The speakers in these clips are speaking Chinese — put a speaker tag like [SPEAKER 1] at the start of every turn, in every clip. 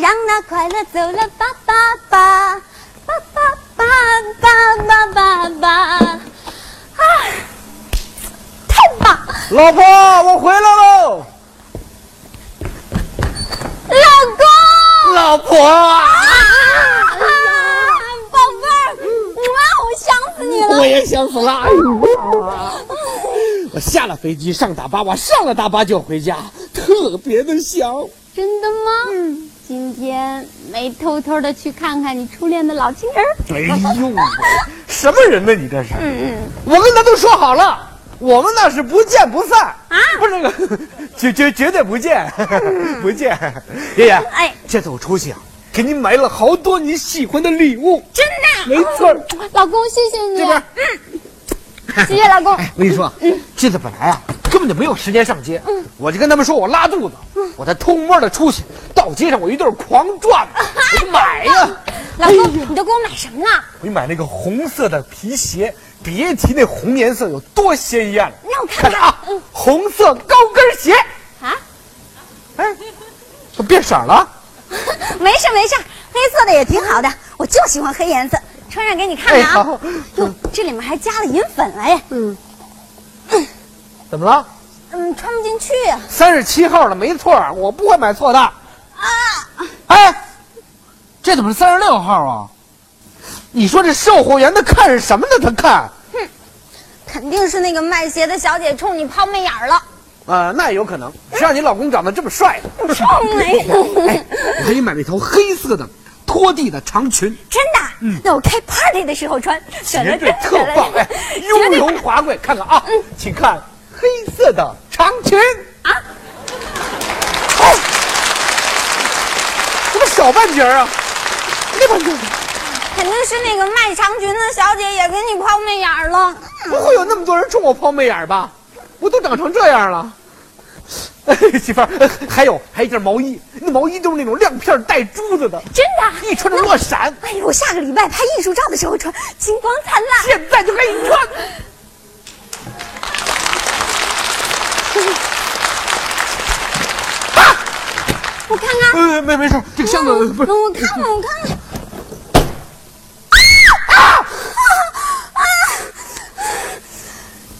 [SPEAKER 1] 让那快乐走了，吧吧吧，吧吧吧吧吧吧吧，啊，太棒！
[SPEAKER 2] 老婆，我回来喽！
[SPEAKER 1] 老公，
[SPEAKER 2] 老婆，
[SPEAKER 1] 啊，宝贝儿，哇，我想死你了！
[SPEAKER 2] 我也想死了。哎呦我下了飞机，上大巴，我上了大巴就回家，特别的香。
[SPEAKER 1] 真的吗？今天没偷偷的去看看你初恋的老情人儿？
[SPEAKER 2] 哎呦，什么人呢？你这是？
[SPEAKER 1] 嗯
[SPEAKER 2] 我跟他都说好了，我们那是不见不散啊！不是那个， 绝绝绝对不见， 不见。爷爷，
[SPEAKER 1] 哎
[SPEAKER 2] 这次我出去啊，给你买了好多你喜欢的礼物。
[SPEAKER 1] 真的。
[SPEAKER 2] 没错儿，
[SPEAKER 1] 老公，谢谢你
[SPEAKER 2] 这边。
[SPEAKER 1] 嗯
[SPEAKER 2] 哎
[SPEAKER 1] 谢谢老公。嗯
[SPEAKER 2] 我跟你说，这次本来啊根本就没有时间上街，我就跟他们说我拉肚子，
[SPEAKER 1] 嗯
[SPEAKER 2] 我才偷摸的出去，到街上我一顿狂转， 我就买呀，
[SPEAKER 1] 老公，你都给我买什么了？
[SPEAKER 2] 我就买那个红色的皮鞋，别提那红颜色有多鲜艳了。
[SPEAKER 1] 让我看
[SPEAKER 2] 看着
[SPEAKER 1] 看
[SPEAKER 2] 啊，红色高跟鞋，
[SPEAKER 1] 啊，
[SPEAKER 2] 哎，都变色了。
[SPEAKER 1] 没事没事，黑色的也挺好的，我就喜欢黑颜色，穿上给你看看
[SPEAKER 2] 哎
[SPEAKER 1] 啊
[SPEAKER 2] 好。
[SPEAKER 1] 哟，这里面还加了银粉哎，
[SPEAKER 2] 怎么了？
[SPEAKER 1] 嗯，穿不进去。
[SPEAKER 2] 三十七号了，没错儿，我不会买错的。
[SPEAKER 1] 啊，
[SPEAKER 2] 哎，这怎么是三十六号啊？你说这售货员他看是什么呢？他看，
[SPEAKER 1] 肯定是那个卖鞋的小姐冲你抛媚眼儿了。
[SPEAKER 2] 啊，那有可能。谁让你老公长得这么帅呢？
[SPEAKER 1] 冲没
[SPEAKER 2] 哎，我给你买了一条黑色的拖地的长裙，
[SPEAKER 1] 真的？啊那我开 party 的时候穿，选
[SPEAKER 2] 绝
[SPEAKER 1] 的
[SPEAKER 2] 对嗯特棒！哎，
[SPEAKER 1] 绝
[SPEAKER 2] 雍
[SPEAKER 1] 对
[SPEAKER 2] 容华贵，看看啊，请看黑色的长裙
[SPEAKER 1] 啊
[SPEAKER 2] 啊。哎，怎么小半截儿啊？那半截儿
[SPEAKER 1] 肯定是那个卖长裙的小姐也给你抛媚眼儿了。
[SPEAKER 2] 不会有那么多人冲我抛媚眼儿吧？我都长成这样了。哎、媳妇儿，呃还有还有一件毛衣，那毛衣都是那种亮片儿带珠子的，
[SPEAKER 1] 真的？啊
[SPEAKER 2] 一穿着落闪。
[SPEAKER 1] 哎呦，我下个礼拜拍艺术照的时候穿，金光灿烂。
[SPEAKER 2] 现在就可以穿。
[SPEAKER 1] 啊我看看，
[SPEAKER 2] 呃，没没事，这个箱子呃不是
[SPEAKER 1] 嗯我看看，我看看。啊啊啊！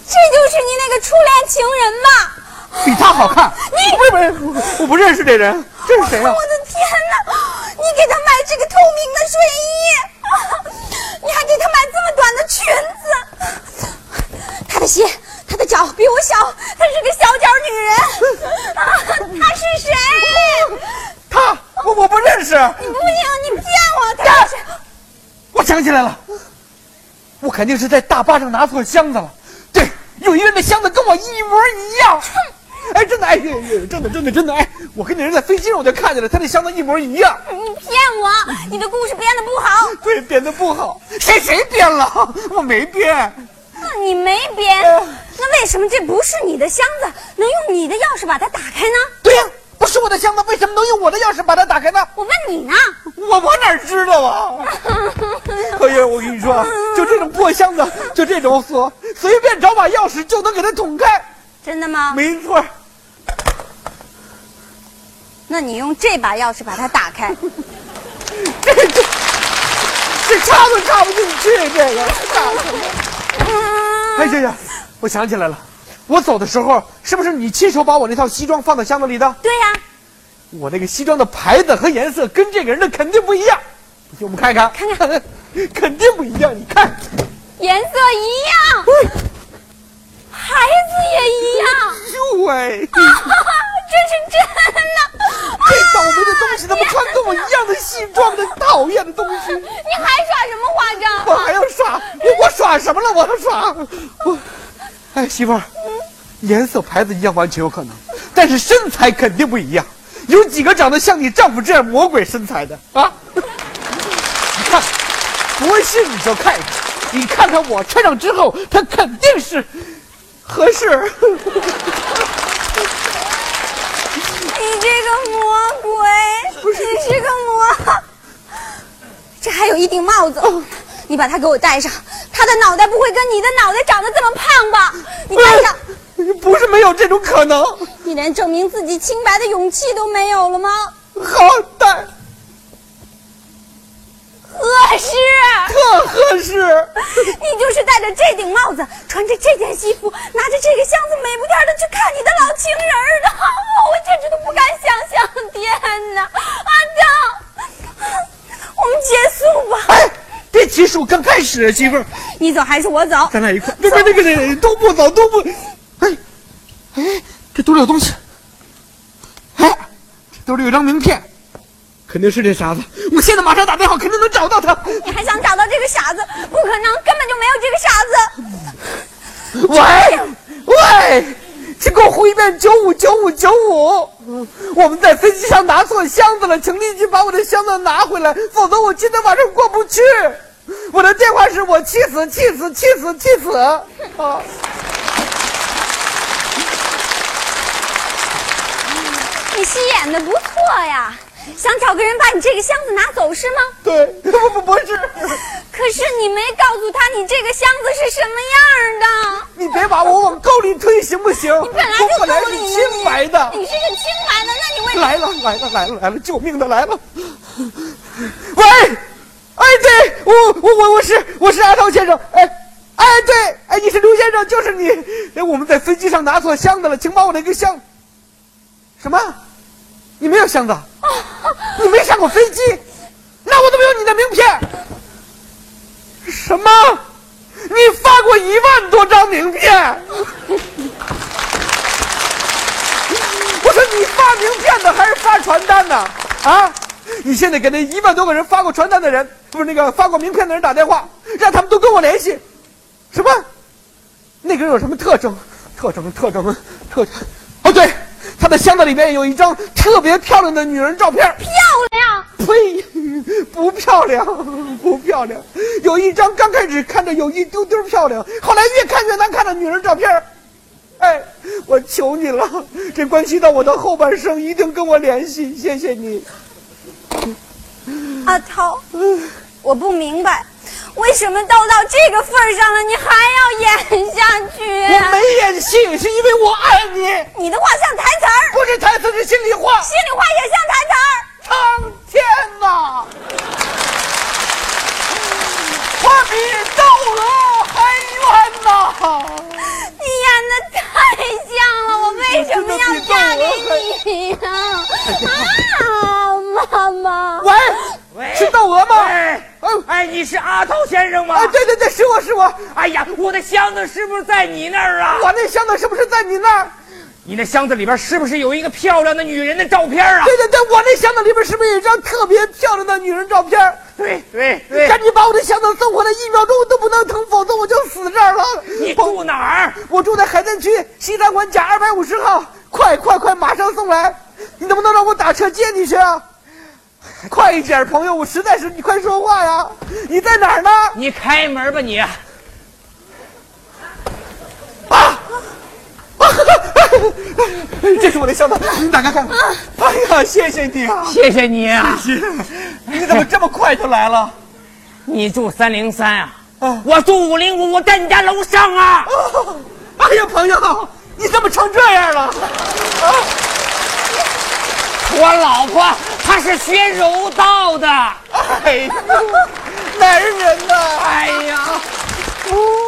[SPEAKER 1] 这就是你那个初恋情人吧？
[SPEAKER 2] 比他好看。
[SPEAKER 1] 你
[SPEAKER 2] 不是不是，我我不认识这人，这是谁啊
[SPEAKER 1] 我？的天哪！你给他买这个透明的睡衣，啊你还给他买这么短的裙子。他的鞋，他的脚比我小，他是个小脚女人。啊，他是谁？
[SPEAKER 2] 他，我我不认识。
[SPEAKER 1] 你不行，你骗我！他是
[SPEAKER 2] 我想起来了，我肯定是在大巴上拿错箱子了。对，有一个人的箱子跟我一模一样。哎，真的，哎，哎哎真的，真的，真的，哎，我跟那人在飞机上我就看见了，他那箱子一模一样。
[SPEAKER 1] 你骗我！你的故事编的不好，
[SPEAKER 2] 对，编的不好，谁谁编了？我没编。
[SPEAKER 1] 你没编。那为什么这不是你的箱子？能用你的钥匙把它打开呢？
[SPEAKER 2] 对呀、不是我的箱子，为什么能用我的钥匙把它打开呢？
[SPEAKER 1] 我问你呢。
[SPEAKER 2] 我我哪知道啊！哎呀，我跟你说啊，就这种破箱子，就这种锁，随便找把钥匙就能给它捅开。
[SPEAKER 1] 真的吗？
[SPEAKER 2] 没错，
[SPEAKER 1] 那你用这把钥匙把它打开。
[SPEAKER 2] 这这这插都插不进去，这个。哎呀呀，我想起来了，我走的时候是不是你亲手把我那套西装放到箱子里的？
[SPEAKER 1] 对呀、
[SPEAKER 2] 我那个西装的牌子和颜色跟这个人的肯定不一样。不信我们看看，
[SPEAKER 1] 看
[SPEAKER 2] 看， 肯定不一样。你看，哎
[SPEAKER 1] 颜色一样，孩子也一样，
[SPEAKER 2] 呦喂！
[SPEAKER 1] 这是真的。
[SPEAKER 2] 这倒霉的东西怎么穿跟我一样的西装？这讨厌的东西，
[SPEAKER 1] 你还耍什么花招？啊
[SPEAKER 2] 我还要耍我我耍什么了？我要耍我，哎媳妇儿，颜色牌子一样完全有可能，但是身材肯定不一样。有几个长得像你丈夫这样魔鬼身材的啊？你看，不信你就看一看，你看看我穿上之后，他肯定是合适。
[SPEAKER 1] 你这个魔鬼，你是个魔。这还有一顶帽子，你把它给我戴上。他的脑袋不会跟你的脑袋长得这么胖吧？你戴上，
[SPEAKER 2] 不是没有这种可能。
[SPEAKER 1] 你连证明自己清白的勇气都没有了吗？
[SPEAKER 2] 好歹
[SPEAKER 1] 合适。
[SPEAKER 2] 特合适。
[SPEAKER 1] 你就是戴着这顶帽子，穿着这件西服，拿着这个箱子，美不颠的去看你的老情人儿的， 我简直都不敢想象！天哪，阿正，我们结束吧。
[SPEAKER 2] 哎，别提数，刚开始，媳妇儿，
[SPEAKER 1] 你走还是我走？
[SPEAKER 2] 咱俩一块。别别，那个谁，都不走，都不。哎，哎，这兜里有东西。哎，这兜里有张名片，肯定是这傻子。我现在马上打电话，肯定能找到他。
[SPEAKER 1] 你还想找到这个傻子？不可能，根本就没有这个傻子。
[SPEAKER 2] 喂喂，请给我回一遍九五九五九五。我们在飞机上拿错箱子了，请立即把我的箱子拿回来，否则我今天晚上过不去。我的电话是我气死气死气死气死啊！
[SPEAKER 1] 你戏演的不错呀，想找个人把你这个箱子拿走是吗？
[SPEAKER 2] 对，不不不是，
[SPEAKER 1] 可是你没告诉他你这个箱子是什么样的。
[SPEAKER 2] 你别把我往沟里推行不行？
[SPEAKER 1] 你本来
[SPEAKER 2] 我
[SPEAKER 1] 就
[SPEAKER 2] 本来
[SPEAKER 1] 沟
[SPEAKER 2] 是
[SPEAKER 1] 里呢
[SPEAKER 2] 清白的。
[SPEAKER 1] 你是个清白的，那你为
[SPEAKER 2] 来了来了来了来了，救命的来了！喂，哎对，我我我我是我是阿涛先生，哎哎对，哎你是刘先生，就是你。哎，我们在飞机上拿错箱子了，请把我那个箱。什么？你没有箱子？啊你没上过飞机？那我怎么有你的名片？什么？你发过一万多张名片？ 我说你发名片呢，还是发传单呢？啊！你现在给那一万多个人发过传单的人，不是那个发过名片的人打电话，让他们都跟我联系。什么？那个人有什么特征？特征？特征？特征？哦，对，他的箱子里面有一张特别漂亮的女人照片。
[SPEAKER 1] 漂亮？
[SPEAKER 2] 呸， 不漂亮，不漂亮。有一张刚开始看着有一丢丢漂亮，后来越看越难看的女人照片儿。哎，我求你了，这关系到我的后半生，一定跟我联系，谢谢你。
[SPEAKER 1] 阿涛，嗯我不明白，为什么都到这个份儿上了，你还要演下
[SPEAKER 2] 我
[SPEAKER 1] 去？
[SPEAKER 2] 没演戏，是因为我爱你，
[SPEAKER 1] 你的话像台词儿，
[SPEAKER 2] 不是台词，是心里话。
[SPEAKER 1] 心里话也像台词儿。
[SPEAKER 2] 苍天呐，我比窦娥还冤呐！
[SPEAKER 1] 你演的太像了，我为什么要嫁给你呀、哎 啊？妈妈，
[SPEAKER 2] 喂，是窦娥吗？
[SPEAKER 3] 哎
[SPEAKER 2] 哦
[SPEAKER 3] 哎，你是阿涛先生吗？
[SPEAKER 2] 啊，对对对，是我是我，
[SPEAKER 3] 哎呀，我的箱子是不是在你那儿啊？
[SPEAKER 2] 我那箱子是不是在你那儿？
[SPEAKER 3] 你那箱子里边是不是有一个漂亮的女人的照片啊？
[SPEAKER 2] 对对对，我那箱子里边是不是有一张特别漂亮的女人照片？
[SPEAKER 3] 对对对
[SPEAKER 2] 赶紧把我的箱子送回来，一秒钟我都不能停，否则我就死这儿了。
[SPEAKER 3] 你住哪儿？
[SPEAKER 2] 我住在海淀区西三环甲二百五十号，快快快，马上送来！你能不能让我打车接你去啊？快一点，朋友，我实在是你快说话呀！你在哪儿呢？
[SPEAKER 3] 你开门吧你！
[SPEAKER 2] 啊 这是我的箱子，你打开看。
[SPEAKER 3] 啊
[SPEAKER 2] 哎呀，谢谢你啊！
[SPEAKER 3] 谢谢你啊！
[SPEAKER 2] 你怎么这么快就来了？
[SPEAKER 3] 你住三零三啊
[SPEAKER 2] 哦？
[SPEAKER 3] 我住五零五，我在你家楼上啊！
[SPEAKER 2] 哎呀，朋友，你怎么成这样了？
[SPEAKER 3] 我老婆她是学柔道的。
[SPEAKER 2] 哎，男人呐！
[SPEAKER 3] 哎呀！
[SPEAKER 2] 哦